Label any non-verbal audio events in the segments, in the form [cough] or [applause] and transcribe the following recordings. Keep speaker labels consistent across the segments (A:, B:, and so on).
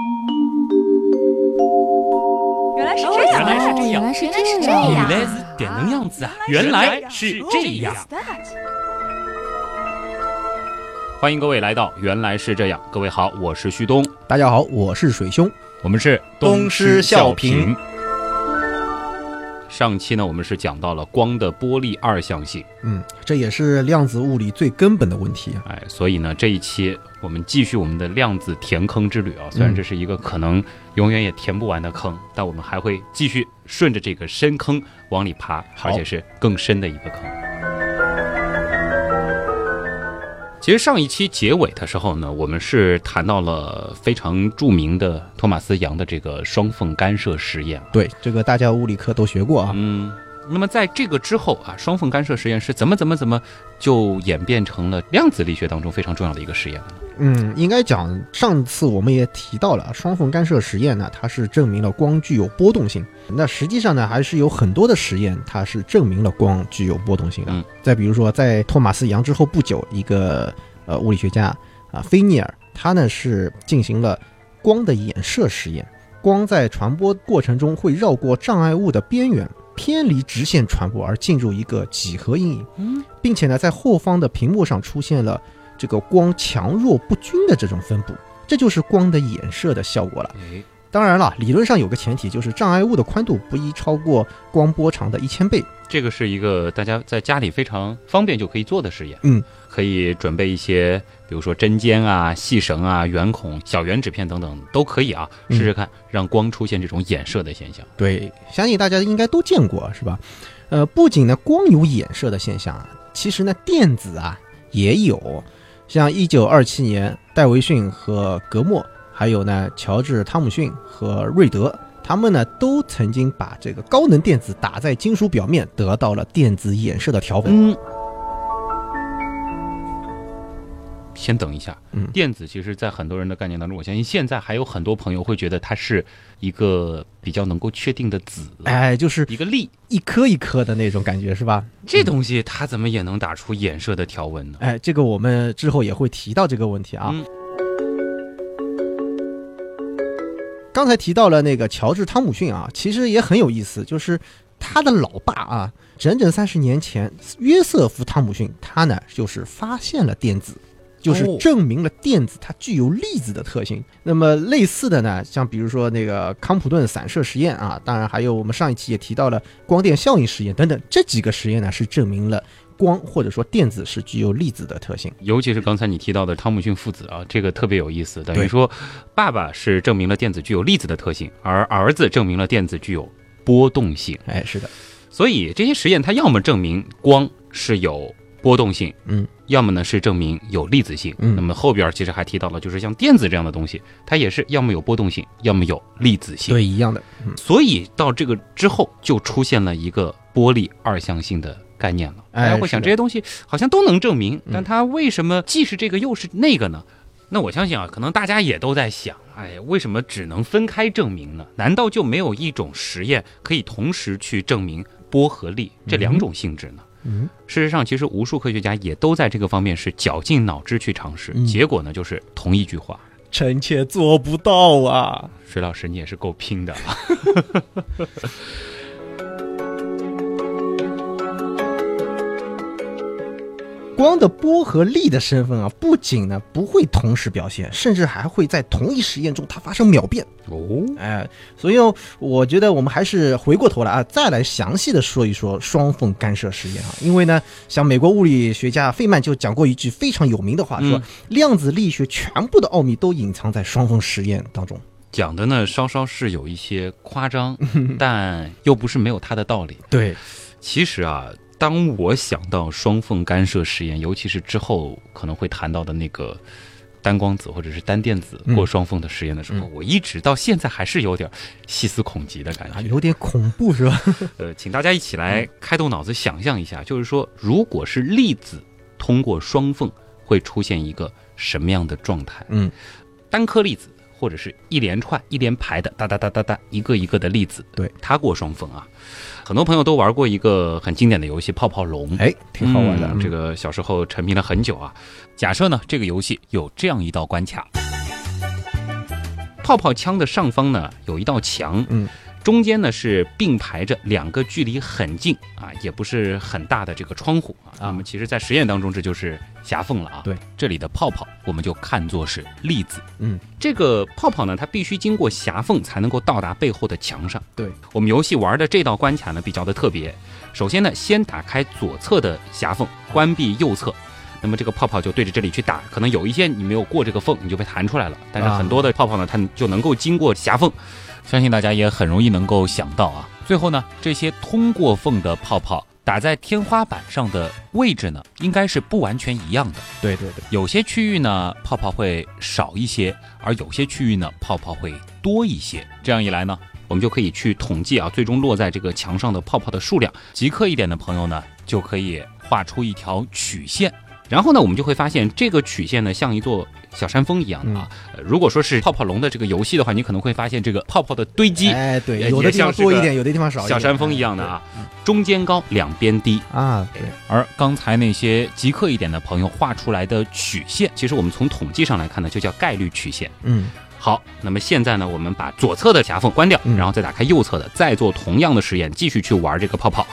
A: 哦原来是这样
B: 哦原来是
C: 原来是
B: 这
C: 这
B: 样
C: 样。
A: 原来是这能样子啊！
D: 原
A: 原
D: 来
A: 来
D: 是
A: 是
D: 这
A: 这
D: 样
A: 样。
D: 欢迎各位来到《原来是这样》，各位好，我是旭东，
E: 大家好，我是水兄。
D: 我们是
E: 东施效颦。
D: 上期呢，我们是讲到了光的波粒二象性，
E: 嗯，这也是量子物理最根本的问题啊。
D: 哎，所以呢，这一期我们继续我们的量子填坑之旅啊。虽然
E: 嗯
D: 这是一个可能永远也填不完的坑，但我们还会继续顺着这个深坑往里爬，
E: 好
D: 而且是更深的一个坑。其实上一期结尾的时候呢，我们是谈到了非常著名的托马斯杨的这个双缝干涉实验啊。
E: 对，这个大家物理课都学过啊。
D: 嗯，那么在这个之后啊，双缝干涉实验是怎么怎么怎么就演变成了量子力学当中非常重要的一个实验了呢？
E: 嗯，应该讲上次我们也提到了双缝干涉实验呢，它是证明了光具有波动性。那实际上呢，还是有很多的实验它是证明了光具有波动性的。
D: 嗯
E: 再比如说，在托马斯杨之后不久，一个呃物理学家啊菲涅尔，他呢是进行了光的衍射实验。光在传播过程中会绕过障碍物的边缘，偏离直线传播而进入一个几何阴影。
D: 嗯，
E: 并且呢，在后方的屏幕上出现了这个光强弱不均的这种分布，这就是光的衍射的效果了。
D: 哎，
E: 当然了，理论上有个前提，就是障碍物的宽度不宜超过光波长的一千倍。
D: 这个是一个大家在家里非常方便就可以做的实验。
E: 嗯，
D: 可以准备一些，比如说针尖啊、细绳啊、圆孔、小圆纸片等等都可以啊，试
E: 嗯
D: 试看，让光出现这种衍射的现象。
E: 对，相信大家应该都见过，是吧？呃，不仅呢光有衍射的现象啊，其实呢电子啊也有，像一九二七年戴维逊和格莫，还有呢乔治汤姆逊和瑞德，他们呢都曾经把这个高能电子打在金属表面，得到了电子衍射的调整。
D: 嗯。先等一下，
E: 嗯
D: 电子其实，在很多人的概念当中，我相信现在还有很多朋友会觉得它是一个比较能够确定的子，
E: 哎，就是
D: 一个力，嗯
E: 一颗一颗的那种感觉，是吧？
D: 这东西它怎么也能打出衍射的条纹呢？
E: 哎，这个我们之后也会提到这个问题啊。
D: 嗯
E: 刚才提到了那个乔治·汤姆逊啊，其实也很有意思，就是他的老爸啊，整整三十年前，约瑟夫·汤姆逊，他呢就是发现了电子。就是
D: 哦
E: 证明了电子它具有粒子的特性。那么类似的呢，像比如说那个康普顿散射实验啊，当然还有我们上一期也提到了光电效应实验等等，这几个实验呢是证明了光或者说电子是具有粒子的特性。
D: 尤其是刚才你提到的汤姆逊父子啊，这个特别有意思。等于
E: 对
D: 说，爸爸是证明了电子具有粒子的特性，而儿子证明了电子具有波动性。
E: 哎，是的，
D: 所以这些实验，它要么证明光是有波动性，
E: 嗯，
D: 要么呢是证明有粒子性。
E: 嗯
D: 那么后边儿其实还提到了，就是像电子这样的东西，它也是要么有波动性，要么有粒子性。，
E: 对，一样的。嗯，
D: 所以到这个之后，就出现了一个波粒二象性的概念了。大
E: 哎
D: 家会想，
E: 是的
D: 这些东西好像都能证明，
E: 嗯
D: 但它为什么既是这个又是那个呢？那我相信啊，可能大家也都在想，哎，为什么只能分开证明呢？难道就没有一种实验可以同时去证明波和力这两种性质呢？
E: 嗯，
D: 事实上，其实无数科学家也都在这个方面是绞尽脑汁去尝试，
E: 嗯
D: 结果呢，就是同一句话。
E: 臣妾做不到啊。
D: 水老师，你也是够拼的啊！
E: 光的波和力的身份啊，不仅呢不会同时表现，甚至还会在同一实验中它发生秒变。
D: 哦，
E: 哎，所以我觉得我们还是回过头来啊，再来详细的说一说双缝干涉实验啊，因为呢，像美国物理学家费曼就讲过一句非常有名的话，说、
D: 嗯
E: 量子力学全部的奥秘都隐藏在双缝实验当中。
D: 讲的呢稍稍是有一些夸张，但又不是没有它的道理。
E: 对，
D: 其实啊，当我想到双缝干涉实验，尤其是之后可能会谈到的那个单光子或者是单电子
E: 嗯
D: 过双缝的实验的时候，我一直到现在还是有点细思恐极的感
E: 啊，
D: 觉。
E: 有点恐怖是吧？
D: 呃，请大家一起来开动脑子想象一下，就是说，如果是粒子通过双缝，会出现一个什么样的状态？
E: 嗯，
D: 单颗粒子或者是一连串、一连排的哒哒哒哒哒，一个一个的粒子，
E: 对，
D: 它过双缝啊。很多朋友都玩过一个很经典的游戏《泡泡龙》，
E: 哎，挺好玩的。
D: 嗯这个小时候沉迷了很久啊。假设呢，这个游戏有这样一道关卡，泡泡枪的上方呢有一道墙，
E: 嗯，
D: 中间呢是并排着两个距离很近啊，也不是很大的这个窗户啊。
E: 啊
D: 那么其实，在实验当中，这就是狭缝了啊。
E: 对，
D: 这里的泡泡我们就看作是粒子。
E: 嗯，
D: 这个泡泡呢，它必须经过狭缝才能够到达背后的墙上。
E: 对，
D: 我们游戏玩的这道关卡呢比较的特别。首先呢，先打开左侧的狭缝，关闭右侧。那么这个泡泡就对着这里去打，可能有一些你没有过这个缝，你就被弹出来了。但是
E: 啊
D: 很多的泡泡呢，它就能够经过狭缝。相信大家也很容易能够想到啊。最后呢，这些通过缝的泡泡打在天花板上的位置呢，应该是不完全一样的。
E: 对对对，
D: 有些区域呢泡泡会少一些，而有些区域呢泡泡会多一些。这样一来呢，我们就可以去统计啊，最终落在这个墙上的泡泡的数量。极客一点的朋友呢，就可以画出一条曲线。然后呢，我们就会发现这个曲线呢，像一座小山峰一样的啊。呃如果说是泡泡龙的这个游戏的话，你可能会发现这个泡泡的堆积，
E: 哎
D: 也
E: 对，有的地
D: 也像
E: 方
D: 是个
E: 多一点，有的地方少一点，
D: 小山峰一样的啊，中间高，两边低。
E: 哎。啊，对，
D: 而刚才那些极客一点的朋友画出来的曲线，其实我们从统计上来看呢，就叫概率曲线。
E: 嗯，
D: 好，那么现在呢，我们把左侧的夹缝关掉，
E: 嗯
D: 然后再打开右侧的，再做同样的实验，继续去玩这个泡泡。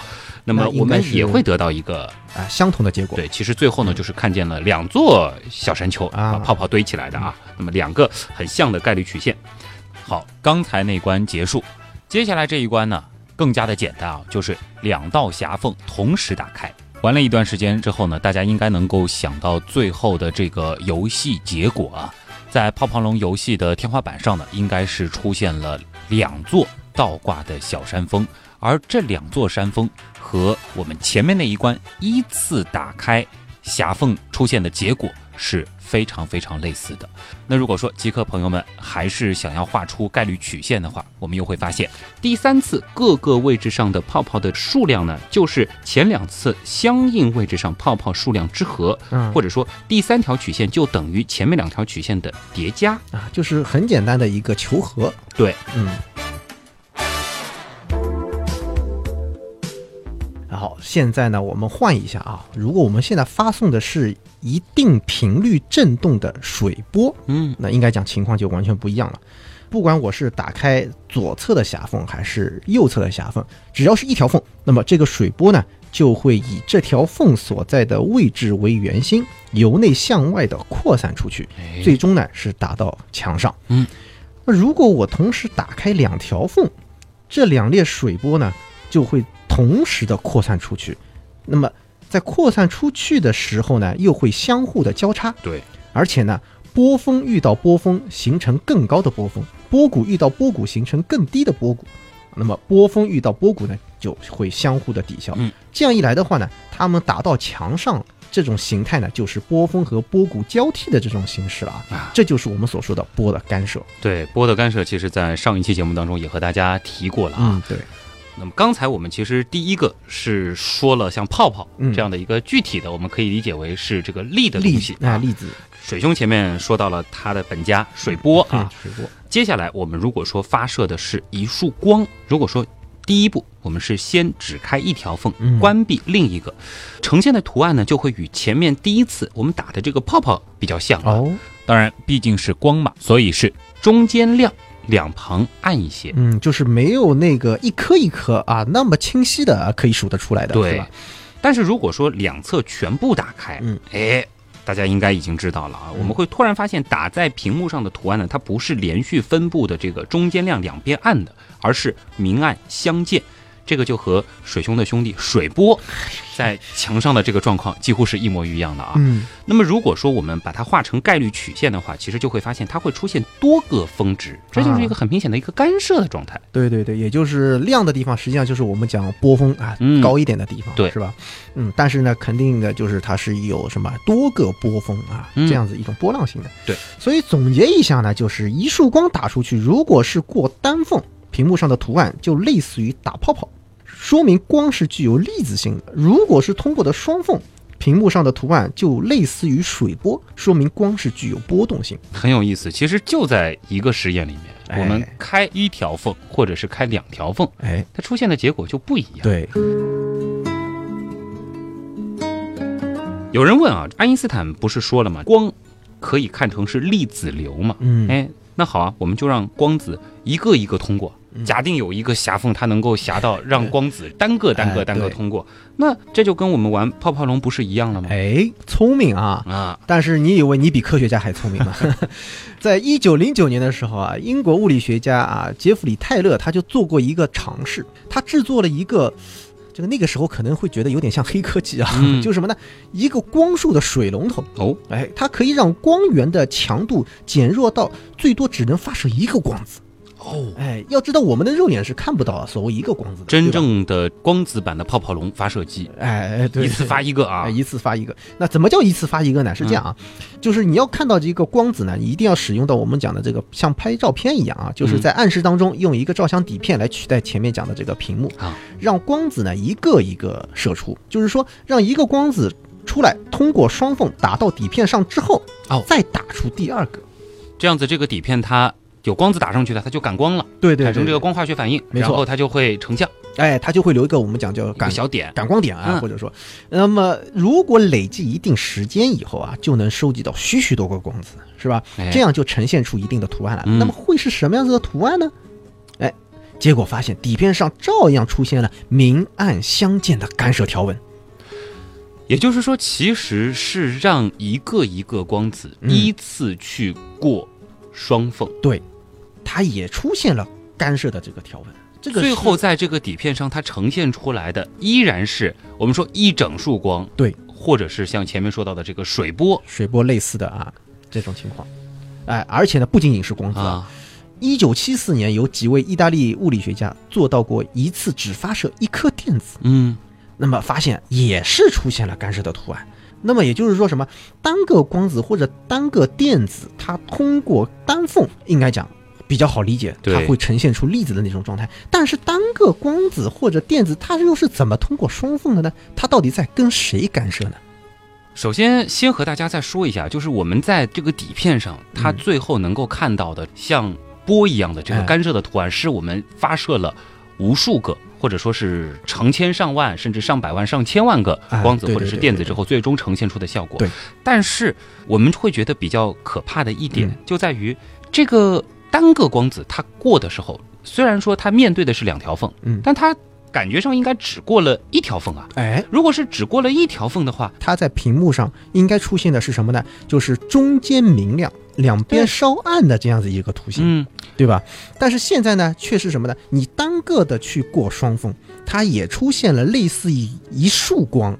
D: 那么
E: 那
D: 我
E: 应该
D: 们
E: 是
D: 也会得到一个
E: 啊，相同的结果。
D: 对，其实最后呢，就是看见了两座小山丘
E: 啊
D: 把泡泡堆起来的啊，那么两个很像的概率曲线。好，刚才那关结束，接下来这一关呢更加的简单啊，就是两道狭缝同时打开。玩了一段时间之后呢，大家应该能够想到最后的这个游戏结果啊，在泡泡龙游戏的天花板上呢，应该是出现了两座倒挂的小山峰，而这两座山峰和我们前面那一关依次打开狭缝出现的结果是非常非常类似的。那如果说极客朋友们还是想要画出概率曲线的话，我们又会发现，第三次各个位置上的泡泡的数量呢，就是前两次相应位置上泡泡数量之和，
E: 嗯，
D: 或者说第三条曲线就等于前面两条曲线的叠加。
E: 啊，就是很简单的一个求和。
D: 对，
E: 嗯。好，现在呢，我们换一下啊。如果我们现在发送的是一定频率振动的水波，
D: 嗯，
E: 那应该讲情况就完全不一样了。不管我是打开左侧的狭缝还是右侧的狭缝，只要是一条缝，那么这个水波呢就会以这条缝所在的位置为圆心，由内向外的扩散出去，最终呢是打到墙上。
D: 嗯，
E: 那如果我同时打开两条缝，这两列水波呢就会同时的扩散出去。那么在扩散出去的时候呢，又会相互的交叉。
D: 对，
E: 而且呢，波峰遇到波峰形成更高的波峰，波谷遇到波谷形成更低的波谷，那么波峰遇到波谷呢，就会相互的抵消。
D: 嗯
E: 这样一来的话呢，它们打到墙上这种形态呢，就是波峰和波谷交替的这种形式了啊。
D: 啊
E: 这就是我们所说的波的干涉
D: 对，波的干涉其实在上一期节目当中也和大家提过了啊。
E: 啊、对，
D: 那么刚才我们其实第一个是说了像泡泡
E: 嗯
D: 这样的一个具体的，我们可以理解为是这个力的
E: 粒
D: 东
E: 子
D: 西
E: 啊，嗯粒子
D: 水兄前面说到了它的本家水波啊，，
E: 水波
D: 接下来我们如果说发射的是一束光，如果说第一步我们是先只开一条缝，
E: 嗯
D: 关闭另一个，呈现的图案呢就会与前面第一次我们打的这个泡泡比较像啊。
E: 哦，
D: 当然，毕竟是光嘛，所以是中间亮，两旁暗一些。
E: 嗯，就是没有那个一颗一颗啊那么清晰的啊可以数得出来的，是
D: 对
E: 吧？，
D: 但是如果说两侧全部打开，
E: 嗯，
D: 哎，大家应该已经知道了啊。
E: 嗯
D: 我们会突然发现，打在屏幕上的图案呢，它不是连续分布的这个中间亮两边暗的，而是明暗相间。这个就和水兄的兄弟水 [laughs] 波在墙上的这个状况几乎是一模一样的啊。
E: 嗯，
D: 那么如果说我们把它画成概率曲线的话，其实就会发现它会出现多个峰值，这就是一个很明显的一个干涉的状态。
E: 对对对，也就是亮的地方，实际上就是我们讲波峰啊、
D: 嗯
E: 高一点的地方，
D: 对
E: 是吧？嗯，但是呢，肯定的就是它是有什么多个波峰啊，
D: 嗯
E: 这样子一种波浪形的。
D: 对，
E: 所以总结一下呢，就是一束光打出去，如果是过单缝，屏幕上的图案就类似于打泡泡，说明光是具有粒子性的；如果是通过的双缝。屏幕上的图案就类似于水波，说明光是具有波动性。
D: 很有意思，其实就在一个实验里面，
E: 哎
D: 我们开一条缝或者是开两条缝，
E: 哎，
D: 它出现的结果就不一样。
E: 对，
D: 有人问啊，爱因斯坦不是说了吗？光可以看成是粒子流嘛？哎
E: 嗯，
D: 哎，那好啊，我们就让光子一个一个通过，
E: 嗯
D: 假定有一个狭缝，它能够狭到让光子单个单个
E: 哎
D: 单个
E: 对
D: 通过，那这就跟我们玩泡泡龙不是一样了吗？
E: 哎，聪明啊！
D: 啊，
E: 但是你以为你比科学家还聪明吗？ [laughs] 在一九零九年的时候啊，英国物理学家啊杰弗里泰勒他就做过一个尝试，他制作了一个。这个那个时候可能会觉得有点像黑科技啊，
D: 嗯
E: [laughs] 就是什么呢？一个光束的水龙头，
D: 哦，
E: 哎，它可以让光源的强度减弱到最多只能发射一个光子。
D: 哦，
E: 哎，要知道我们的肉眼是看不到所谓一个光子的，
D: 真
E: 对吧
D: 正的光子版的泡泡龙发射机，
E: 哎哎对，
D: 一次发一个啊嗯
E: 哎，，一次发一个。那怎么叫一次发一个呢？是这样啊，就是你要看到这个光子呢，你一定要使用到我们讲的这个像拍照片一样
D: 嗯
E: 啊，就是在暗室当中用一个照相底片来取代前面讲的这个屏幕
D: 啊，
E: 让光子呢一个一个射出，就是说让一个光子。出来，通过双缝打到底片上之后，
D: 哦
E: 再打出第二个，
D: 这样子这个底片它有光子打上去的，它就感光了，
E: 对对
D: 产生
E: 对
D: 这个光化学反应，
E: 没错
D: 然后它就会成像
E: 哎，它就会留一个我们讲叫
D: 一个
E: 感
D: 小点。
E: 感光点啊，
D: 嗯
E: 或者说，那么如果累计一定时间以后啊，就能收集到许许多个光子，是吧？
D: 哎
E: 这样就呈现出一定的图案来了。
D: 嗯
E: 那么会是什么样子的图案呢？哎，结果发现底片上照样出现了明暗相间的干涉条纹。
D: 也就是说，其实是让一个一个光子
E: 嗯
D: 依次去过双缝，
E: 对，它也出现了干涉的这个条纹。这个
D: 最
E: 是
D: 后在这个底片上它呈现出来的依然是我们说一整束光，
E: 对，
D: 或者是像前面说到的这个水波
E: 水波类似的啊这种情况。哎，而且呢，不仅仅是光子啊，
D: 啊，
E: 一九七四年有几位意大利物理学家做到过一次只发射一颗电子。
D: 嗯，
E: 那么发现也是出现了干涉的图案。那么也就是说，什么单个光子或者单个电子，它通过单缝，应该讲比较好理解，
D: 对
E: 它会呈现出粒子的那种状态。但是单个光子或者电子，它又是怎么通过双缝的呢？它到底在跟谁干涉呢？
D: 首先，先和大家再说一下，就是我们在这个底片上，它最后能够看到的像波一样的这个
E: 嗯哎
D: 干涉的图案，是我们发射了无数个，或者说是成千上万，甚至上百万、上千万个
E: 哎
D: 光子
E: 对
D: 或者
E: 对
D: 是
E: 对
D: 电
E: 对
D: 子
E: 对
D: 之后，最终呈现出的效果
E: 对。
D: 但是我们会觉得比较可怕的一点
E: 嗯
D: 就在于，这个单个光子它过的时候，虽然说它面对的是两条缝，
E: 嗯
D: 但它感觉上应该只过了一条缝啊。
E: 哎，
D: 如果是只过了一条缝的话，
E: 它在屏幕上应该出现的是什么呢？就是中间明亮，两边
D: 对
E: 稍暗的这样子一个图形。
D: 嗯，
E: 对吧？但是现在呢，却是什么呢？你单个的去过双峰，它也出现了类似于一束光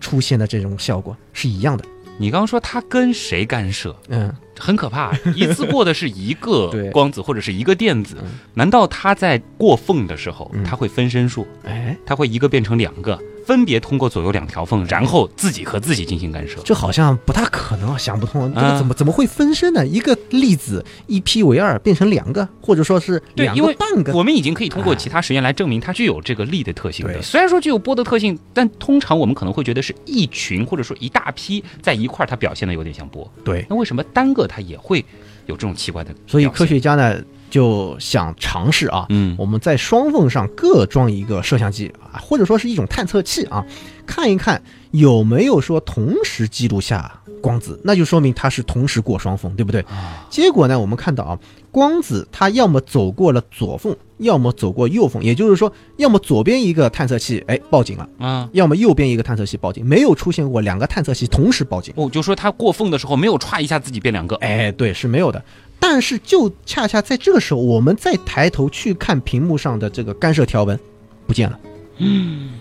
E: 出现的这种效果，是一样的。
D: 你刚刚说他跟谁干涉，
E: 嗯，
D: 很可
E: [laughs]
D: 怕。一次过的是一
E: 对
D: 个光子或者是一个电子
E: 嗯，
D: 难道他在过缝的时候
E: 嗯，
D: 他会分身术？
E: 哎，
D: 他会一个变成两个，分别通过左右两条缝，然后自己和自己进行干涉？
E: 这好像不大可能，啊，想不通，这个
D: 啊
E: 怎么怎么会分身呢？一个粒子一劈为二变成两个，或者说是
D: 对
E: 两
D: 因
E: 个
D: 为
E: 半个。
D: 我们已经可以通过
E: 哎
D: 其他实验来证明它具有这个力的特性
E: 对
D: 的。虽然说具有波的特性，但通常我们可能会觉得是一群或者说一大批在一块儿，它表现的有点像波。
E: 对，
D: 那为什么单个它也会有这种奇怪的表现？
E: 所以科学家呢就想尝试啊，
D: 嗯
E: 我们在双缝上各装一个摄像机啊，或者说是一种探测器啊，看一看有没有说同时记录下光子，那就说明它是同时过双缝，对不对？
D: 啊
E: 结果呢，我们看到啊，光子它要么走过了左缝，要么走过右缝，也就是说，要么左边一个探测器哎报警了，
D: 啊
E: 要么右边一个探测器报警，没有出现过两个探测器同时报警。
D: 哦，就说他过缝的时候没有歘一下自己变两个，
E: 哎，对，是没有的。但是就恰恰在这个时候，我们再抬头去看屏幕上的这个干涉条纹，不见了。嗯，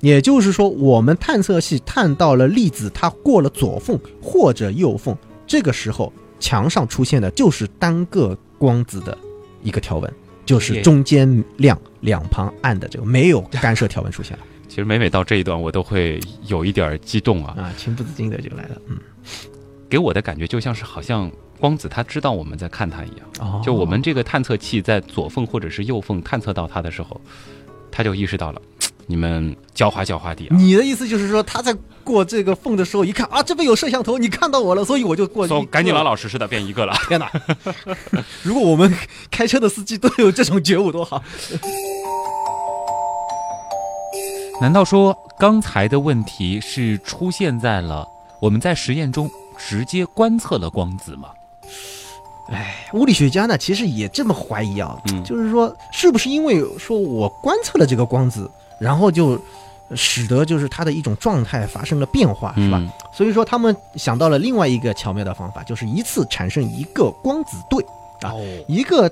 E: 也就是说，我们探测器探到了粒子，它过了左缝或者右缝，这个时候墙上出现的就是单个光子的一个条纹，就是
D: 耶
E: 中间亮、两旁暗的这个没有干涉条纹出现了
D: 其实每每到这一段，我都会有一点儿激动 [laughs] 啊，
E: 啊，情不自禁的就来了。嗯，
D: 给我的感觉就像是好像光子他知道我们在看他一样。
E: 哦
D: 就我们这个探测器在左缝或者是右缝探测到他的时候，他就意识到了，嘖你们狡猾狡猾的啊，
E: 你的意思就是说，他在过这个缝的时候，一看啊，这边有摄像头，你看到我了，所以我就过
D: 走，
E: 去。
D: 赶紧老
E: 了！
D: 老实实的变一个了。
E: 天哪！如果我们开车的司机都有这种觉悟，多好！
D: [laughs] 难道说刚才的问题是出现在了我们在实验中直接观测了光子吗？
E: 哎，物理学家呢，其实也这么怀疑啊，
D: 嗯
E: 就是说，是不是因为说我观测了这个光子，然后就呃使得就是它的一种状态发生了变化，是吧？
D: 嗯
E: 所以说他们想到了另外一个巧妙的方法，就是一次产生一个光子对，啊
D: 哦，
E: 一个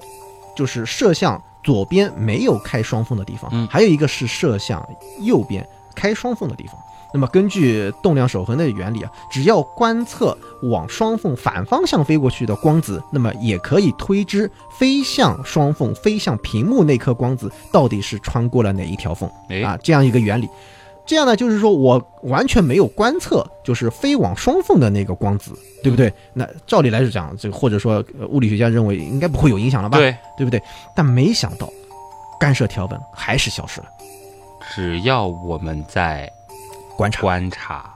E: 就是射向左边没有开双缝的地方，
D: 嗯
E: 还有一个是射向右边开双缝的地方。那么根据动量守恒的原理啊，只要观测往双缝反方向飞过去的光子，那么也可以推知飞向双缝、飞向屏幕那颗光子到底是穿过了哪一条缝。
D: 哎，
E: 啊，这样一个原理。这样呢，就是说我完全没有观测，就是飞往双缝的那个光子，对不
D: 嗯
E: 对？那照理来讲，这个或者说呃物理学家认为应该不会有影响了吧？，
D: 对，
E: 不对？但没想到，干涉条纹还是消失了。
D: 只要我们在
E: 观察，
D: 观察，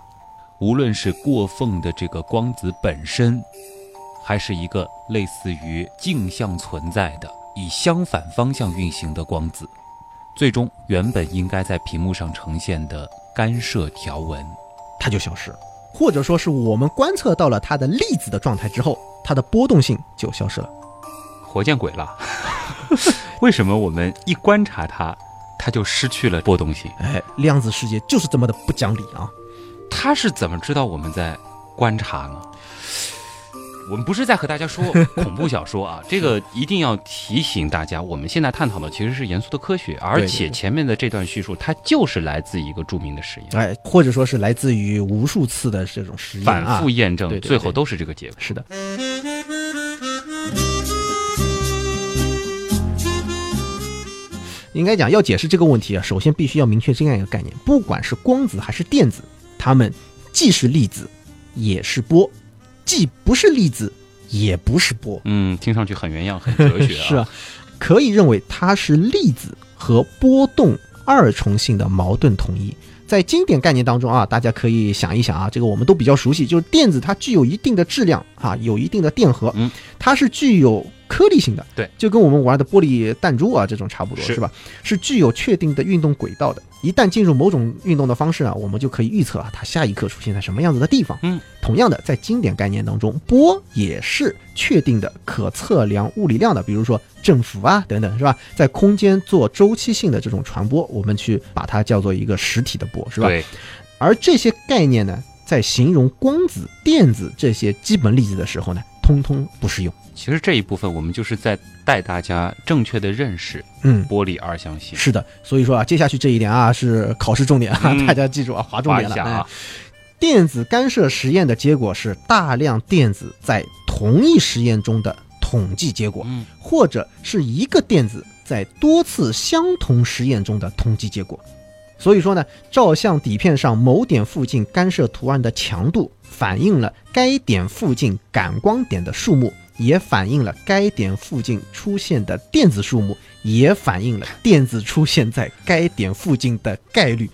D: 无论是过缝的这个光子本身，还是一个类似于镜像存在的以相反方向运行的光子，最终原本应该在屏幕上呈现的干涉条纹，
E: 它就消失了，或者说是我们观测到了它的粒子的状态之后，它的波动性就消失了。
D: 活见鬼了！ [laughs] 为什么我们一观察它，它就失去了波动性？
E: 哎，量子世界就是这么的不讲理啊！
D: 他是怎么知道我们在观察呢？我们不是在和大
E: [laughs]
D: 家说恐怖小说啊，这个一定要提醒大家，我们现在探讨的其实是严肃的科学，而
E: 对
D: 且前面的这段叙述，它就是来自一个著名的实验，
E: 哎，或者说是来自于无数次的这种实验啊，
D: 反复验证，
E: 对对对
D: 最后都是这个结果。
E: 是的，应该讲要解释这个问题啊，首先必须要明确这样一个概念：不管是光子还是电子，它们既是粒子，也是波；既不是粒子，也不是波。
D: 嗯，听上去很原样，很哲学啊。
E: [laughs] 是啊，可以认为它是粒子和波动二重性的矛盾统一。在经典概念当中啊，大家可以想一想啊，这个我们都比较熟悉，就是电子它具有一定的质量啊，有一定的电荷，
D: 嗯，
E: 它是具有颗粒性的，
D: 对，
E: 就跟我们玩的玻璃弹珠啊这种差不多
D: 是
E: 吧？是具有确定的运动轨道的，一旦进入某种运动的方式啊，我们就可以预测啊它下一刻出现在什么样子的地方。同样的，在经典概念当中，波也是确定的可测量物理量的，比如说振幅啊等等，是吧？在空间做周期性的这种传播，我们去把它叫做一个实体的波，是吧？
D: 对，
E: 而这些概念呢，在形容光子、电子这些基本粒子的时候呢，通通不适用。
D: 其实这一部分我们就是在带大家正确的认识
E: 嗯，
D: 玻璃二象性，
E: 是的，所以说啊，接下去这一点啊是考试重点啊，
D: 嗯
E: 大家记住啊，划重
D: 画
E: 点
D: 一
E: 了。
D: 下
E: 哎
D: 啊，
E: 电子干涉实验的结果是大量电子在同一实验中的统计结果。
D: 嗯，
E: 或者是一个电子在多次相同实验中的统计结果。所以说呢，照相底片上某点附近干涉图案的强度，反映了该点附近感光点的数目，也反映了该点附近出现的电子数目，也反映了电子出现在该点附近的概率。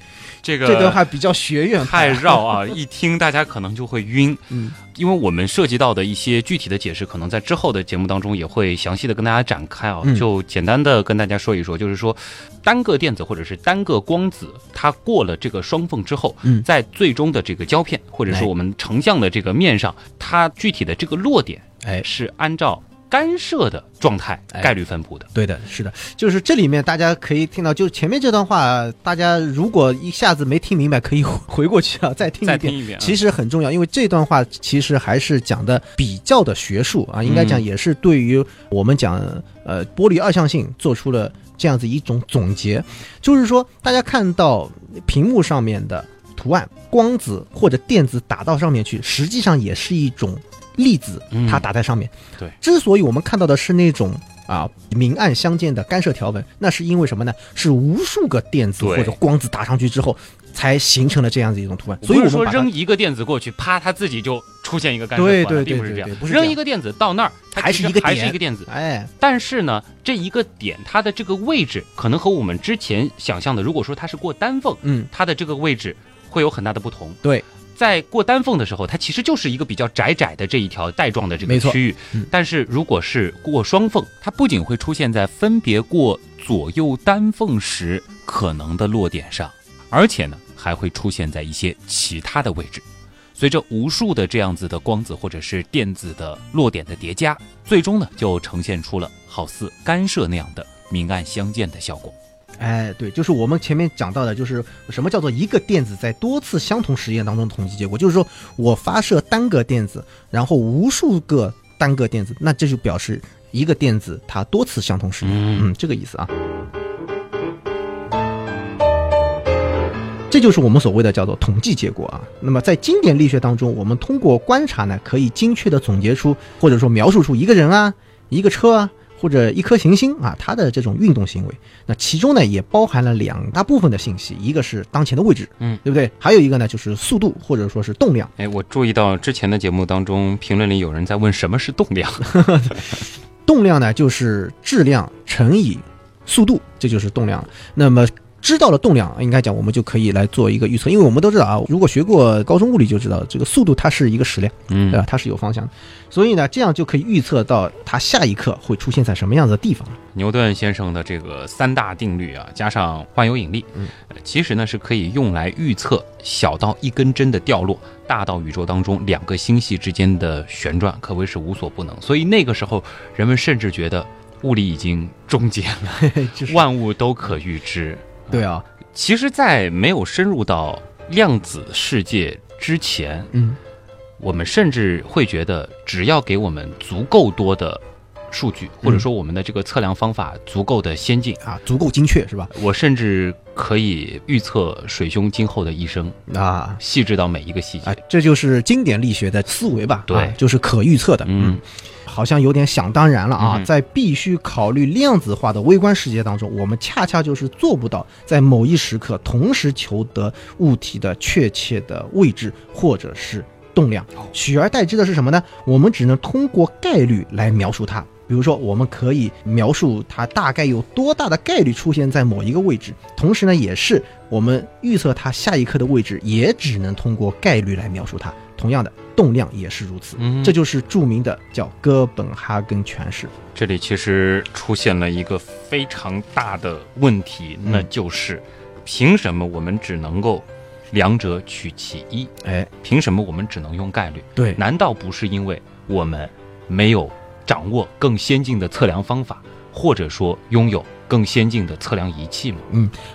D: 这个
E: 这段话比较学院
D: 太
E: 派啊，
D: 绕啊，一听大家可能就会晕。
E: 嗯，
D: 因为我们涉及到的一些具体的解释，可能在之后的节目当中也会详细的跟大家展开啊。
E: 嗯
D: 就简单的跟大家说一说，就是说单个电子或者是单个光子，它过了这个双缝之后，
E: 嗯
D: 在最终的这个胶片或者
E: 哎
D: 说我们成像的这个面上，它具体的这个落点
E: 哎，
D: 是按照干涉的状态
E: 哎
D: 概率分布的。
E: 对的，是的，就是这里面大家可以听到，就是前面这段话，大家如果一下子没听明白，可以 [laughs] 回过去啊，再听
D: 再
E: 一
D: 听
E: 遍。
D: 一遍啊，
E: 其实很重要，因为这段话其实还是讲的比较的学术啊，应该讲
D: 嗯
E: 也是对于我们讲呃玻璃二象性做出了这样子一种总结，就是说大家看到屏幕上面的图案，光子或者电子打到上面去，实际上也是一种粒子
D: 嗯，
E: 它打在上面。
D: 对
E: 之所以我们看到的是那种啊明暗相间的干涉条纹，那是因为什么呢？是无数个电子
D: 对
E: 或者光子打上去之后，才形成了这样子一种图案。所以
D: 不
E: 我
D: 是说
E: 们把它
D: 扔一个电子过去，啪，它自己就出现一个干涉
E: 对
D: 环了
E: 对
D: 并不
E: 对
D: 是这样
E: 对对。不是这样
D: 扔一个电子到那儿，它
E: 还
D: 其
E: 是
D: 实
E: 一个
D: 还是
E: 点
D: 一个电子，
E: 哎，
D: 但是呢，这一个点它的这个位置可能和我们之前想象的，如果说它是过单缝，
E: 嗯，
D: 它的这个位置会有很大的不同。
E: 对。
D: 在过单缝的时候，它其实就是一个比较窄窄的这一条带状的这个
E: 没错
D: 区域。
E: 嗯
D: 但是如果是过双缝，它不仅会出现在分别过左右单缝时可能的落点上，而且呢还会出现在一些其他的位置。随着无数的这样子的光子或者是电子的落点的叠加，最终呢就呈现出了好似干涉那样的明暗相间的效果。
E: 哎，对，就是我们前面讲到的，就是什么叫做一个电子在多次相同实验当中的统计结果，就是说我发射单个电子，然后无数个单个电子，那这就表示一个电子它多次相同实验，
D: 嗯
E: 嗯，这个意思啊。这就是我们所谓的叫做统计结果啊。那么在经典力学当中，我们通过观察呢，可以精确的总结出或者说描述出一个人啊、一个车啊或者一颗行星啊它的这种运动行为。那其中呢也包含了两大部分的信息，一个是当前的位置，
D: 嗯，
E: 对不对？还有一个呢就是速度或者说是动量。
D: 哎，我注意到之前的节目当中，评论里有人在问什么是动
E: [laughs]
D: 量。
E: 动量呢就是质量乘以速度，这就是动量了。那么知道了动量，应该讲我们就可以来做一个预测，因为我们都知道啊，如果学过高中物理就知道，这个速度它是一个矢量，对
D: 嗯，
E: 吧？它是有方向的，所以呢，这样就可以预测到它下一刻会出现在什么样子的地方。
D: 牛顿先生的这个三大定律啊，加上万有引力，
E: 嗯
D: 呃其实呢是可以用来预测小到一根针的掉落，大到宇宙当中两个星系之间的旋转，可谓是无所不能。所以那个时候，人们甚至觉得物理已经终结了，
E: [laughs] 就是
D: 万物都可预知。
E: 对啊，
D: 其实，在没有深入到量子世界之前，
E: 嗯，
D: 我们甚至会觉得，只要给我们足够多的数据，或者说我们的这个测量方法足够的先进，
E: 啊，足够精确是吧？
D: 我甚至可以预测水兄今后的一生，
E: 啊
D: 细致到每一个细节。
E: 啊，这就是经典力学的思维吧？
D: 对
E: 啊就是可预测的。
D: 嗯，
E: 好像有点想当然了啊，
D: 嗯
E: 在必须考虑量子化的微观世界当中，我们恰恰就是做不到在某一时刻同时求得物体的确切的位置或者是动量。取而代之的是什么呢？我们只能通过概率来描述它。比如说，我们可以描述它大概有多大的概率出现在某一个位置，同时呢，也是我们预测它下一刻的位置，也只能通过概率来描述它。同样的，动量也是如此。
D: 嗯
E: 这就是著名的叫哥本哈根诠释。
D: 这里其实出现了一个非常大的问题，
E: 嗯
D: 那就是凭什么我们只能够两者取其一？
E: 哎，
D: 凭什么我们只能用概率？
E: 对
D: 难道不是因为我们没有掌握更先进的测量方法，或者说拥有更先进的测量仪器吗？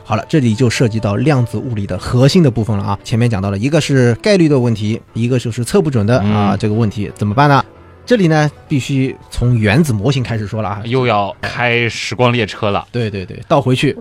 E: 好了，这里就涉及到量子物理的核心的部分了啊。前面讲到了，一个是概率的问题，一个就是测不准的啊、
D: 嗯
E: 这个问题，怎么办呢？这里呢，必须从原子模型开始说了啊。
D: 又要开时光列车了。
E: 对对对，倒回去。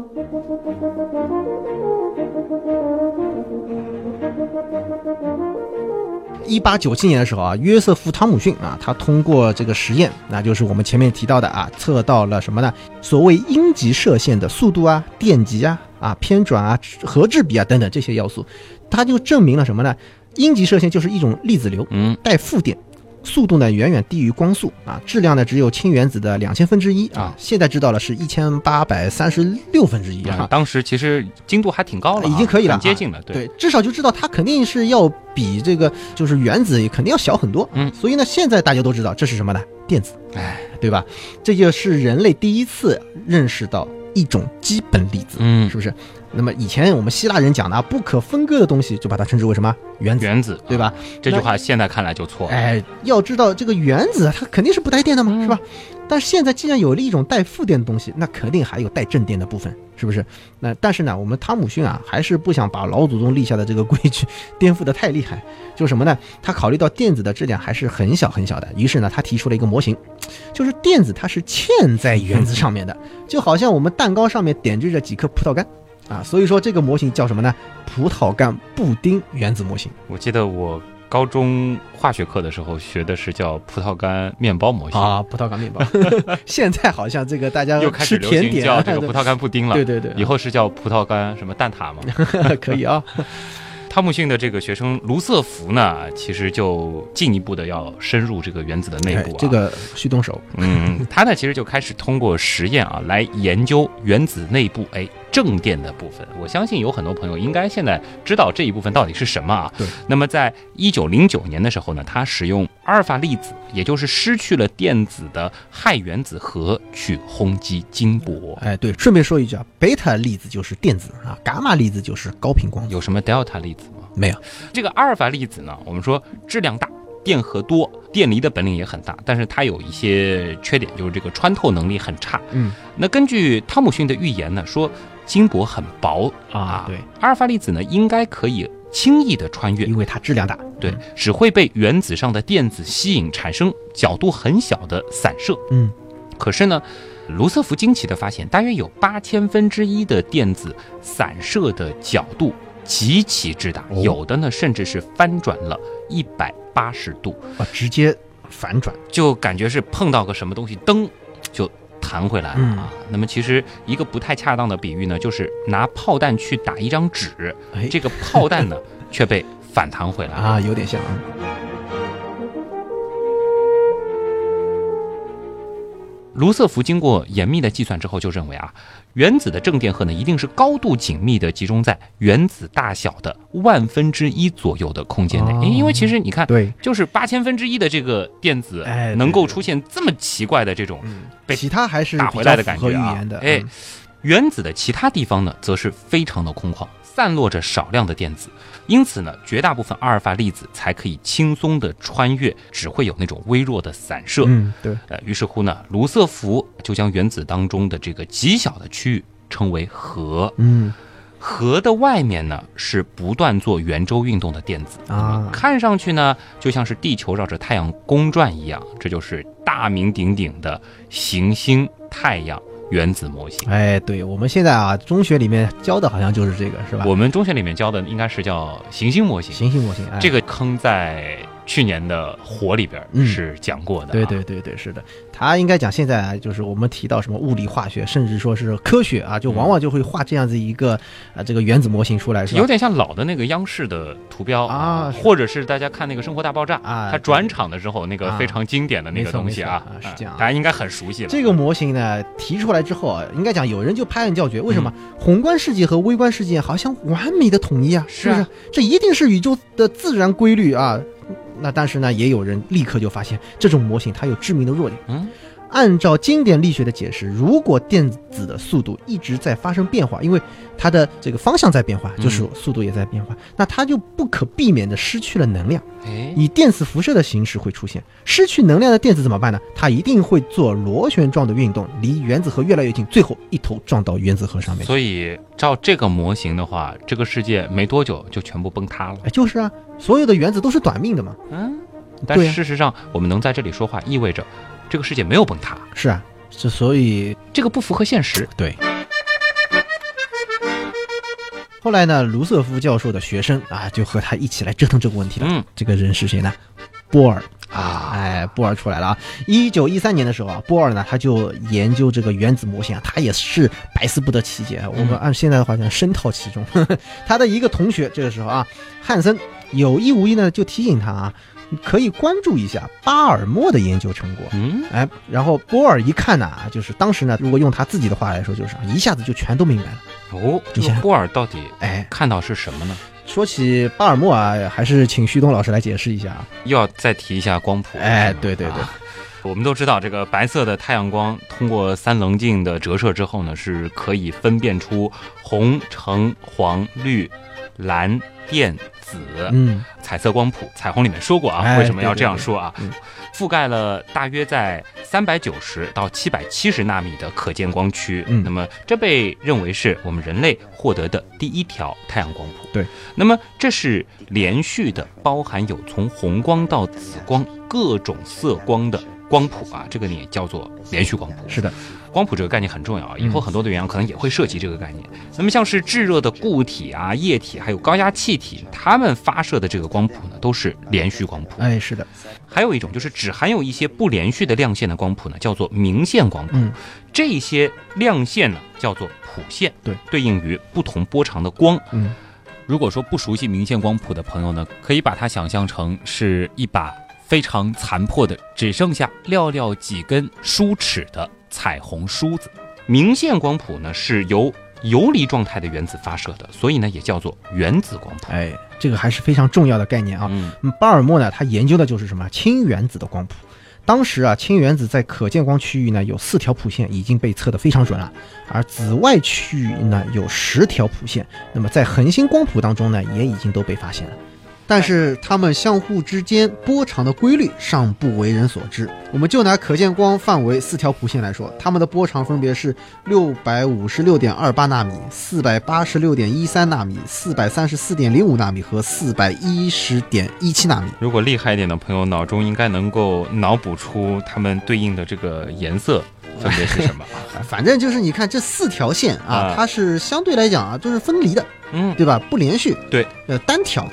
E: 一八九七年的时候啊，约瑟夫·汤姆逊啊，他通过这个实验，那就是我们前面提到的啊，测到了什么呢？所谓阴极射线的速度啊、电极啊、啊偏转啊、核质比啊等等这些要素，他就证明了什么呢？阴极射线就是一种粒子流，
D: 嗯，
E: 带负电，速度呢远远低于光速啊，质量呢只有氢原子的两千分之一
D: 啊
E: 现在知道了是一千八百三十六分之一
D: 啊
E: 啊。
D: 当时其实精度还挺高了啊、
E: 已经可以了
D: 很接近了。对，
E: 对，至少就知道它肯定是要比这个就是原子肯定要小很多，
D: 嗯
E: 所以呢，现在大家都知道这是什么呢？电子，
D: 哎，
E: 对吧？这就是人类第一次认识到一种基本粒子，
D: 嗯
E: 是，不是？那么以前我们希腊人讲的啊，不可分割的东西，就把它称之为什么原子，
D: 原子啊
E: 对吧？
D: 这句话现在看来就错了。
E: 哎，要知道这个原子它肯定是不带电的嘛，
D: 嗯
E: 是吧？但是现在既然有了一种带负电的东西，那肯定还有带正电的部分，是不是？那但是呢，我们汤姆逊啊，还是不想把老祖宗立下的这个规矩颠覆的太厉害，就是什么呢？他考虑到电子的质量还是很小很小的，于是呢，他提出了一个模型，就是电子它是嵌在原子上面的，就好像我们蛋糕上面点缀着几颗葡萄干啊，所以说这个模型叫什么呢？葡萄干布丁原子模型。
D: 我记得我高中化学课的时候学的是叫葡萄干面包模型，
E: 啊，葡萄
D: [laughs]
E: 干面包。现在好像这个大家
D: 又开始
E: 吃
D: 流
E: 甜
D: 行
E: 点
D: 叫
E: 啊，
D: 这个葡萄干布丁了。
E: 对对对，
D: 以后是叫葡萄干什么蛋挞吗？
E: [laughs] 可
D: [laughs]
E: 以啊。
D: 汤姆逊的这个学生卢瑟福呢，其实就进一步的要深入这个原子的内部、
E: 哎
D: 啊。
E: 这，个旭东手，
D: 嗯，他呢其实就开始通过实验啊，来研究原子内部哎正电的部分。我相信有很多朋友应该现在知道这一部分到底是什么啊。
E: 对。
D: 那么在一九零九年的时候呢，他使用阿尔法粒子，也就是失去了电子的氦原子核去轰击金箔。
E: 哎，对，顺便说一句啊，贝塔粒子就是电子啊，伽马粒子就是高频光子。
D: 有什么 delta 粒子吗？
E: 没有，
D: 这个阿尔法粒子呢，我们说质量大，电荷多，电离的本领也很大，但是它有一些缺点，就是这个穿透能力很差。
E: 嗯
D: 那根据汤姆逊的预言呢，说金箔很薄，啊
E: 对，
D: 阿尔法粒子呢应该可以轻易的穿越，
E: 因为它质量大，
D: 对，只会被原子上的电子吸引，产生角度很小的散射。
E: 嗯，
D: 可是呢，卢瑟福惊奇的发现，大约有八千分之一的电子散射的角度极其之大，
E: 哦
D: 有的呢甚至是翻转了一百八十度，
E: 啊，直接反转，
D: 就感觉是碰到个什么东西，噔就弹回来了
E: 嗯
D: 啊。那么其实一个不太恰当的比喻呢，就是拿炮弹去打一张纸，
E: 哎，
D: 这个炮弹呢却被反弹回来了。
E: 啊有点像啊，
D: 卢瑟福经过严密的计算之后，就认为啊，原子的正电荷呢一定是高度紧密的集中在原子大小的万分之一左右的空间内。
E: 哦
D: 因因为其实你看，
E: 对，
D: 就是八千分之一的这个电子
E: 哎对
D: 能够出现这么奇怪的这种
E: 嗯，
D: 被
E: 其他还是
D: 打
E: 比
D: 回
E: 较
D: 来的感
E: 符合
D: 觉
E: 预
D: 啊
E: 言的，，
D: 哎
E: 嗯，
D: 原子的其他地方呢，则是非常的空旷，散落着少量的电子，因此呢，绝大部分阿尔法粒子才可以轻松的穿越，只会有那种微弱的散射。
E: 嗯，对，
D: 呃，于是乎呢，卢瑟福就将原子当中的这个极小的区域称为核。
E: 嗯
D: 核的外面呢是不断做圆周运动的电子
E: 啊
D: 看上去呢就像是地球绕着太阳公转一样，这就是大名鼎鼎的行星太阳原子模型。
E: 哎，对，我们现在啊，中学里面教的好像就是这个，是吧？
D: 我们中学里面教的应该是叫行星模型，
E: 行星模型，哎，
D: 这
E: 个
D: 个坑在去年的火里边儿
E: 嗯
D: 是讲过的、啊
E: 对对对对，是的，他应该讲现在啊，就是我们提到什么物理、化学，甚至说是科学啊，就往往就会画这样子一个啊这个原子模型出来，是吧？
D: 有点像老的那个央视的图标
E: 啊是
D: 或者是大家看那个《生活大爆炸》
E: 啊
D: 它转场的时候那个
E: 啊
D: 非常经典的那个东西啊，
E: 没错没错啊是这样啊
D: 大家应该很熟悉了。
E: 这个模型呢提出来之后啊，应该讲有人就拍案叫绝，为什么？宏观世界和微观世界好像完美的统一啊，
D: 是
E: 不
D: 啊
E: 是？这一定是宇宙的自然规律啊。那但是呢，也有人立刻就发现这种模型它有致命的弱点。
D: 嗯，
E: 按照经典力学的解释，如果电子的速度一直在发生变化，因为它的这个方向在变化，
D: 嗯
E: 就是速度也在变化，那它就不可避免的失去了能量。
D: 哎，
E: 以电磁辐射的形式会出现。失去能量的电子怎么办呢？它一定会做螺旋状的运动，离原子核越来越近，最后一头撞到原子核上面。
D: 所以照这个模型的话，这个世界没多久就全部崩塌了。
E: 哎，就是啊，所有的原子都是短命的嘛。
D: 嗯，但
E: 对啊
D: 事实上，我们能在这里说话，意味着这个世界没有崩塌，
E: 是啊，这所以
D: 这个不符合现实。
E: 对。后来呢，卢瑟夫教授的学生啊，就和他一起来折腾这个问题了。
D: 嗯
E: 这个人是谁呢？波尔。
D: 啊，
E: 哎，波尔出来了啊！一九一三年的时候啊，波尔呢他就研究这个原子模型啊，他也是百思不得其解啊。我们按现在的话讲，深套其中。 [laughs] 他的一个同学这个时候啊，汉森有意无意呢就提醒他啊，可以关注一下巴尔默的研究成果。
D: 嗯，
E: 哎，然后波尔一看呢、啊，就是当时呢，如果用他自己的话来说，就是啊一下子就全都明白了。
D: 哦，这
E: 你
D: 个
E: 想
D: 波尔到底
E: 哎，
D: 看到是什么呢？
E: 说起巴尔默啊，还是请旭东老师来解释一下啊。
D: 又要再提一下光谱。
E: 哎
D: 是吗
E: 对对对
D: 啊我们都知道，这个白色的太阳光通过三棱镜的折射之后呢，是可以分辨出红、橙、黄、绿、蓝、靛、紫
E: 嗯，
D: 彩色光谱。彩虹里面说过啊，
E: 哎
D: 为什么要这样说啊
E: 对嗯对对？
D: 覆盖了大约在三百九十到七百七十纳米的可见光区。
E: 嗯
D: 那么这被认为是我们人类获得的第一条太阳光谱。
E: 对，
D: 那么这是连续的，包含有从红光到紫光各种色光的。光谱啊，这个也叫做连续光谱。
E: 是的，
D: 光谱这个概念很重要啊，
E: 嗯
D: 以后很多的元阳可能也会涉及这个概念。那么像是炙热的固体啊、液体，还有高压气体，它们发射的这个光谱呢，都是连续光谱。
E: 哎，是的，
D: 还有一种就是只含有一些不连续的亮线的光谱呢，叫做明线光谱。
E: 嗯
D: 这些亮线呢，叫做谱线，
E: 对，
D: 对应于不同波长的光。
E: 嗯，
D: 如果说不熟悉明线光谱的朋友呢，可以把它想象成是一把非常残破的，只剩下寥寥几根梳齿的彩虹梳子。明线光谱呢是由游离状态的原子发射的，所以呢也叫做原子光谱。
E: 哎，这个还是非常重要的概念啊。
D: 嗯，
E: 嗯，巴尔默呢，他研究的就是什么氢原子的光谱。当时啊，氢原子在可见光区域呢有四条谱线已经被测得非常准了，而紫外区域呢有十条谱线，那么在恒星光谱当中呢也已经都被发现了。但是它们相互之间波长的规律尚不为人所知。我们就拿可见光范围四条谱线来说，它们的波长分别是六百五十六点二八纳米、四百八十六点一三纳米、四百三十四点零五纳米和四百一十点一七纳米。
A: 如果厉害一点的朋友，脑中应该能够脑补出它们对应的这个颜色分别是什么。
E: 反正就是你看这四条线啊
A: 啊，
E: 它是相对来讲啊，就是分离的，
A: 嗯，
E: 对吧？不连续，
A: 对，
E: 呃，单挑的。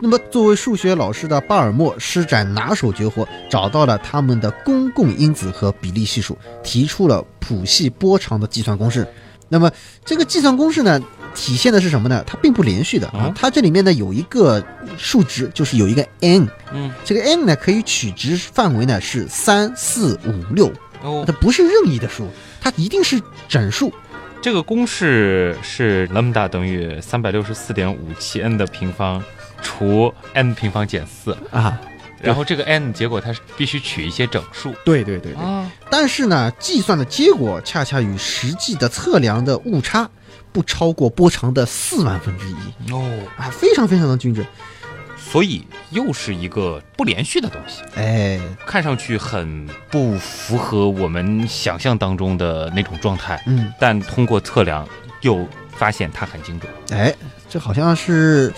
E: 那么，作为数学老师的巴尔默施展拿手绝活，找到了它们的公共因子和比例系数，提出了谱系波长的计算公式。那么，这个计算公式呢，体现的是什么呢？它并不连续的啊
A: 嗯，
E: 它这里面呢有一个数值，就是有一个 n，
A: 嗯，
E: 这个 n 呢可以取值范围呢是三四五六，
A: 哦
E: 它，不是任意的数，它一定是整数。
A: 这个公式是 lambda 等于三百六十四点五七 n 的平方除 n 平方减四，
E: 啊，
A: 然后这个 n 结果它是必须取一些整数
E: 对对对
A: 啊，
E: 但是呢，计算的结果恰恰与实际的测量的误差不超过波长的四万分之一
A: 哦，
E: 啊，非常非常的均整。
D: 所以又是一个不连续的东西，
E: 哎，
A: 看上去很不符合我们想象当中的那种状态，
E: 嗯，
A: 但通过测量又 [laughs] 发现它很精准。
E: 哎，这好像是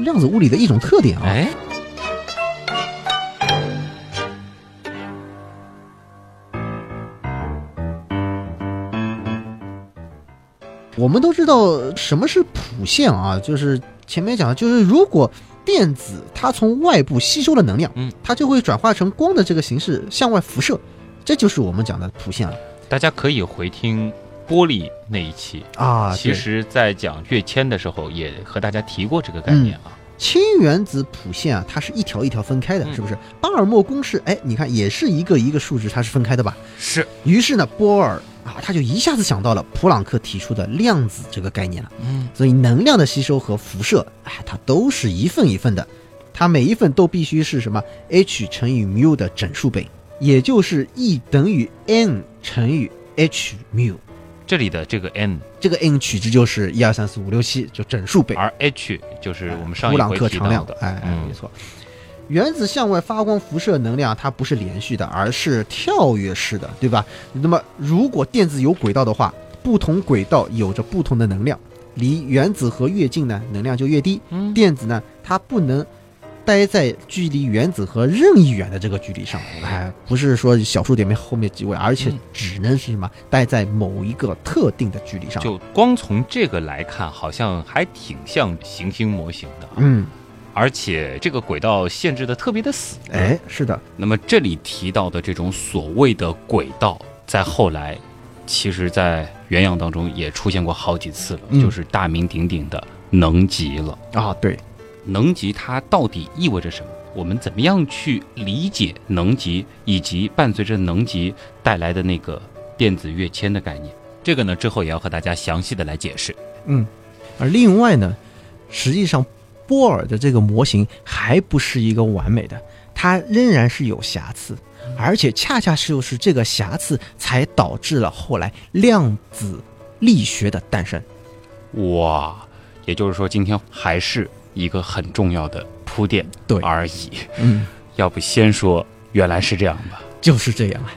E: 量子物理的一种特点啊。
A: 哎，
E: 我们都知道什么是谱线啊，就是前面讲的，就是如果电子它从外部吸收了能量，
A: 嗯，
E: 它就会转化成光的这个形式向外辐射，这就是我们讲的谱线啊了
A: 大家可以回听玻璃那一期，
E: 啊。
A: 其
E: 对
A: 实在讲跃迁的时候也和大家提过这个概念啊。
E: 氢原子谱线啊，它是一条一条分开的，
A: 嗯
E: 是不是？巴尔默公式，哎，你看也是一个一个数值，它是分开的吧？
D: 是
E: 于是呢，波尔啊，他就一下子想到了普朗克提出的量子这个概念了。
A: 嗯，
E: 所以能量的吸收和辐射，哎，它都是一份一份的，它每一份都必须是什么 h 乘以缪的整数倍，也就是 E 等于 n 乘以 h 缪。
A: 这里的这个 n，
E: 这个 n 取值就是一二三四五六七，就整数倍。
A: 而 h 就是我们上
E: 普
A: 一
E: 朗
A: 回
E: 克
A: 提
E: 常
A: 到
E: 量
A: 的，
E: 哎，哎
A: 嗯
E: 没错。原子向外发光辐射能量，它不是连续的，而是跳跃式的，对吧？那么，如果电子有轨道的话，不同轨道有着不同的能量，离原子核越近呢，能量就越低。
A: 嗯
E: 电子呢，它不能待在距离原子核任意远的这个距离上，哎，不是说小数点面后面几位，而且
A: 嗯
E: 只能是什么，待在某一个特定的距离上。
A: 就光从这个来看，好像还挺像行星模型的，
E: 嗯，
A: 而且这个轨道限制的特别的死。
E: 哎，是的，
D: 那么这里提到的这种所谓的轨道，在后来，其实在原样当中也出现过好几次了，
E: 嗯
D: 就是大名鼎鼎的能级了。
E: 啊，对，
D: 能级它到底意味着什么？我们怎么样去理解能级，以及伴随着能级带来的那个电子跃迁的概念？这个呢，之后也要和大家详细的来解释。
E: 嗯，而另外呢，实际上波尔的这个模型还不是一个完美的，它仍然是有瑕疵，而且恰恰就是这个瑕疵才导致了后来量子力学的诞生。
D: 哇，也就是说，今天还是一个很重要的铺垫
E: 对
D: 而已。
E: 嗯，
D: 要不先说原来是这样吧。
E: 就是这样啊。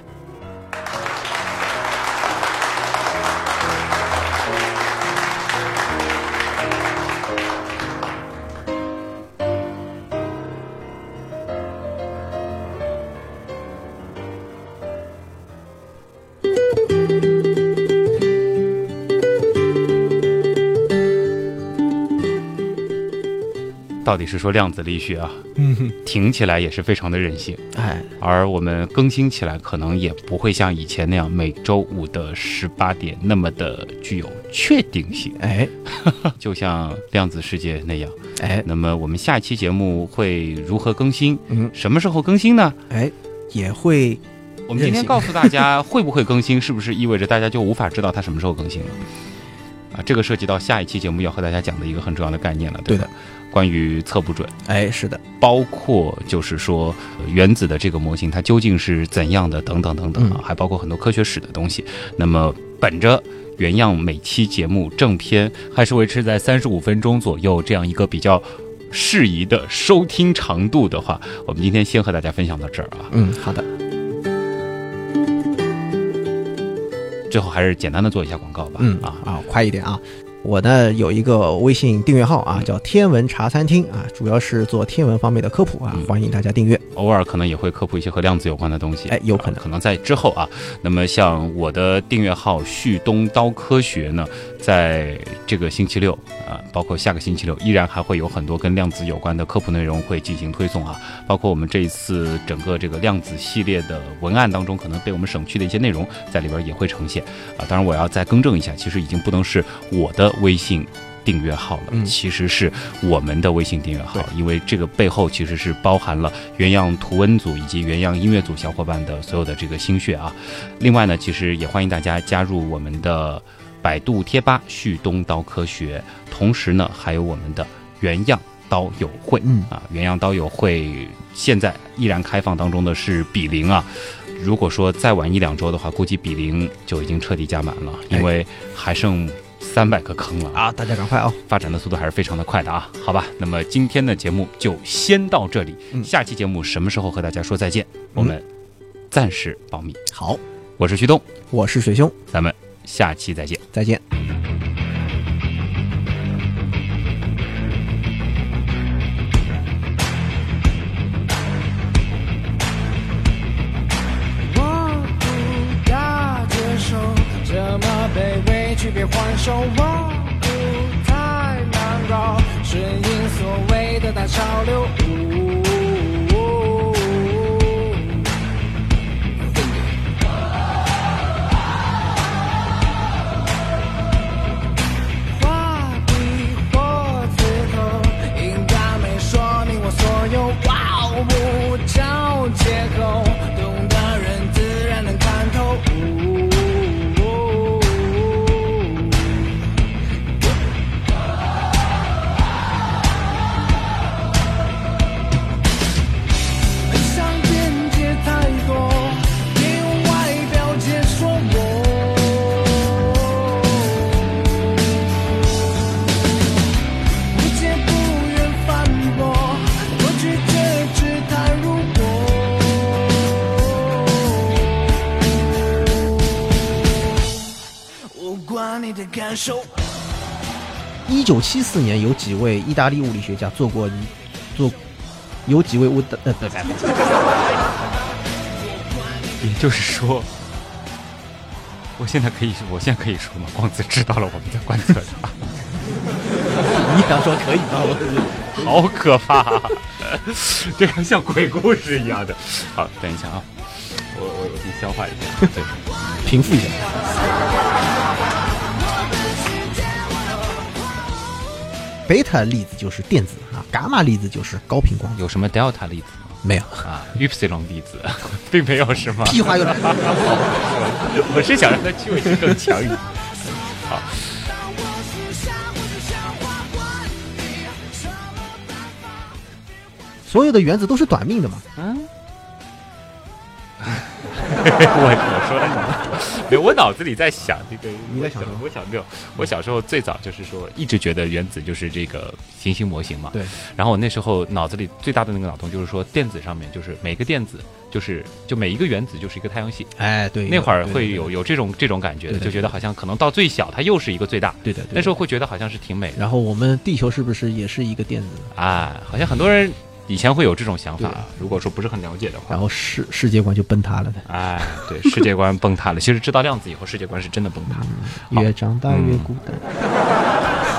D: 到底是说量子力学啊，
E: 嗯哼，
D: 停起来也是非常的任性，
E: 哎，
D: 而我们更新起来可能也不会像以前那样每周五的十八点那么的具有确定性，
E: 哎，
D: 就像量子世界那样。
E: 哎，
D: 那么我们下期节目会如何更新？
E: 嗯，
D: 什么时候更新呢？
E: 哎，也会
D: 我们今
E: 任
D: 天
E: 性
D: 告诉大家会不会更新，是不是意味着大家就无法知道它什么时候更新了？啊，这个涉及到下一期节目要和大家讲的一个很重要的概念了，
E: 对
D: 吧
E: 的，
D: 关于测不准。
E: 哎，是的，
D: 包括就是说呃原子的这个模型它究竟是怎样的等等等等啊，
E: 嗯
D: 还包括很多科学史的东西。那么本着。原样每期节目正片还是维持在三十五分钟左右这样一个比较适宜的收听长度的话，我们今天先和大家分享到这儿啊。
E: 嗯，好的，
D: 最后还是简单的做一下广告吧。
E: 嗯
D: 啊，
E: 啊，快一点啊！我呢有一个微信订阅号啊，叫天文茶餐厅啊，主要是做天文方面的科普啊
D: 嗯，
E: 欢迎大家订阅。
D: 偶尔可能也会科普一些和量子有关的东西，
E: 哎有可能
D: 可能在之后啊。那么像我的订阅号“旭东刀科学”呢，在这个星期六啊、包括下个星期六，依然还会有很多跟量子有关的科普内容会进行推送啊。包括我们这一次整个这个量子系列的文案当中，可能被我们省去的一些内容，在里边也会呈现啊。当然，我要再更正一下，其实已经不能是我的微信。订阅号了，
E: 嗯
D: 其实是我们的微信订阅号
E: 对，
D: 因为这个背后其实是包含了原样图文组以及原样音乐组小伙伴的所有的这个心血啊。另外呢，其实也欢迎大家加入我们的百度贴吧“旭东刀科学”，同时呢，还有我们的原样刀友会。
E: 嗯，
D: 啊，元阳刀友会现在依然开放当中的是比零啊。如果说再晚一两周的话，估计比零就已经彻底加满了，因为还剩三百个坑了哎啊，
E: 啊，大家赶快啊！
D: 发展的速度还是非常的快的啊。好吧，那么今天的节目就先到这里，
E: 嗯
D: 下期节目什么时候和大家说再见，我们暂时保密。
E: 好，
D: 我是旭东，
E: 我是水兄，
D: 咱们下期再见。
E: 再见。
B: 我不要接受这么卑微区别还手，我不太难搞，顺应所谓的大潮流。画笔或字口，应该没说明我所有。哇哦，不找借口，懂的人自然能看透。上边界太多，别用外表解说我。不见不愿反驳，我拒绝只谈如果，无关你的感受。
E: 一九七四年，有几位意大利物理学家做过做，有几位物的呃不不不
D: 也就是说，我现在可以，我现在可以说吗？光子知道了我们在观测他。
E: 你想说可以吗？我
D: 好可怕、 [laughs] 啊，这个像鬼故事一样的。好，等一下啊，我我我先消化一下。对，
E: 平复一下。贝塔粒子就是电子啊，伽马粒子就是高频光子。
D: 有什么 delta 粒子吗？
E: 没有，
D: 啊，epsilon 粒子，并没有是吗？
E: 屁话又来了。
D: 我是想让它趣味性更强一 [laughs] 点。
E: 所有的原子都是短命的嘛。
D: 我我说了你，我脑子里在想这个，
E: 你在想
D: 我
E: 什么
D: 我想没有，我小时候最早就是说，一直觉得原子就是这个行星模型嘛。
E: 对。
D: 然后我那时候脑子里最大的那个脑洞就是说，电子上面就是每个电子就是就每一个原子就是一个太阳系。
E: 哎，对，
D: 那会儿
E: 对
D: 会有。有这种这种感觉的，
E: 对对
D: 就觉得好像可能到最小它又是一个最大，
E: 对的，对的
D: 那时候会觉得好像是挺美的
E: 然后我们地球是不是也是一个电子？
D: 啊，好像很多人以前会有这种想
E: 对
D: 法，如果说不是很了解的话。
E: 然后世世界观就崩塌了呢。
D: 哎，对，世界观崩塌了。其实知道量子以后，世界观是真的崩塌。好
E: 越长大越
D: 嗯
E: 孤单。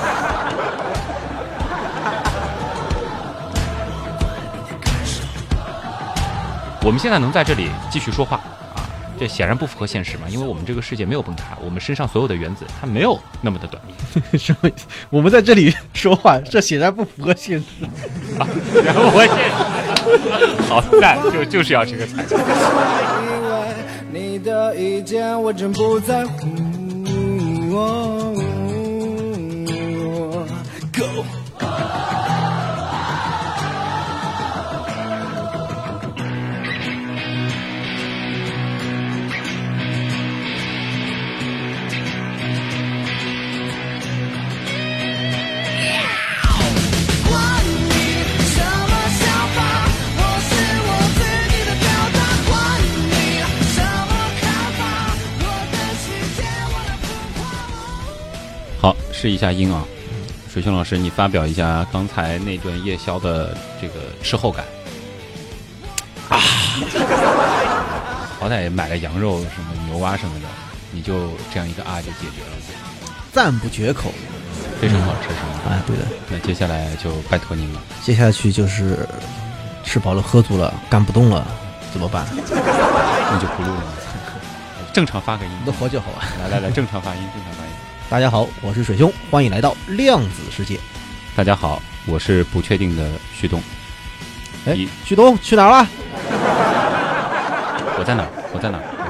D: 我们现在能在这里继续说话啊，这显然不符合现实嘛，因为我们这个世界没有崩塌，我们身上所有的原子它没有那么的短 [laughs] 命。
E: 嗯 [laughs] 什么？我们在这里 [laughs] 说话，这显然不符合现实。
D: 然后我现在 [laughs] 好赞，就就是要这个彩蛋。
B: 因为你的意见我真不在乎。哦
D: 好，试一下音啊，水兄老师，你发表一下刚才那顿夜宵的这个吃后感。啊，好歹也买了羊肉、什么牛蛙什么的，你就这样一个啊就解决了，
E: 赞不绝口
D: 非常好吃，是吗？
E: 啊！对的，
D: 那接下来就拜托您了。
E: 接下去就是吃饱了喝足了，干不动了，怎么办？
D: 那就不录了。正常发个音，
E: 都活就好啊！
D: 来来来，正常发音，正常发音。
E: 大家好，我是水兄，欢迎来到量子世界。
D: 大家好，我是不确定的旭东。
E: 哎
D: 你，
E: 旭东去哪儿了？
D: 我在哪儿？我在哪儿？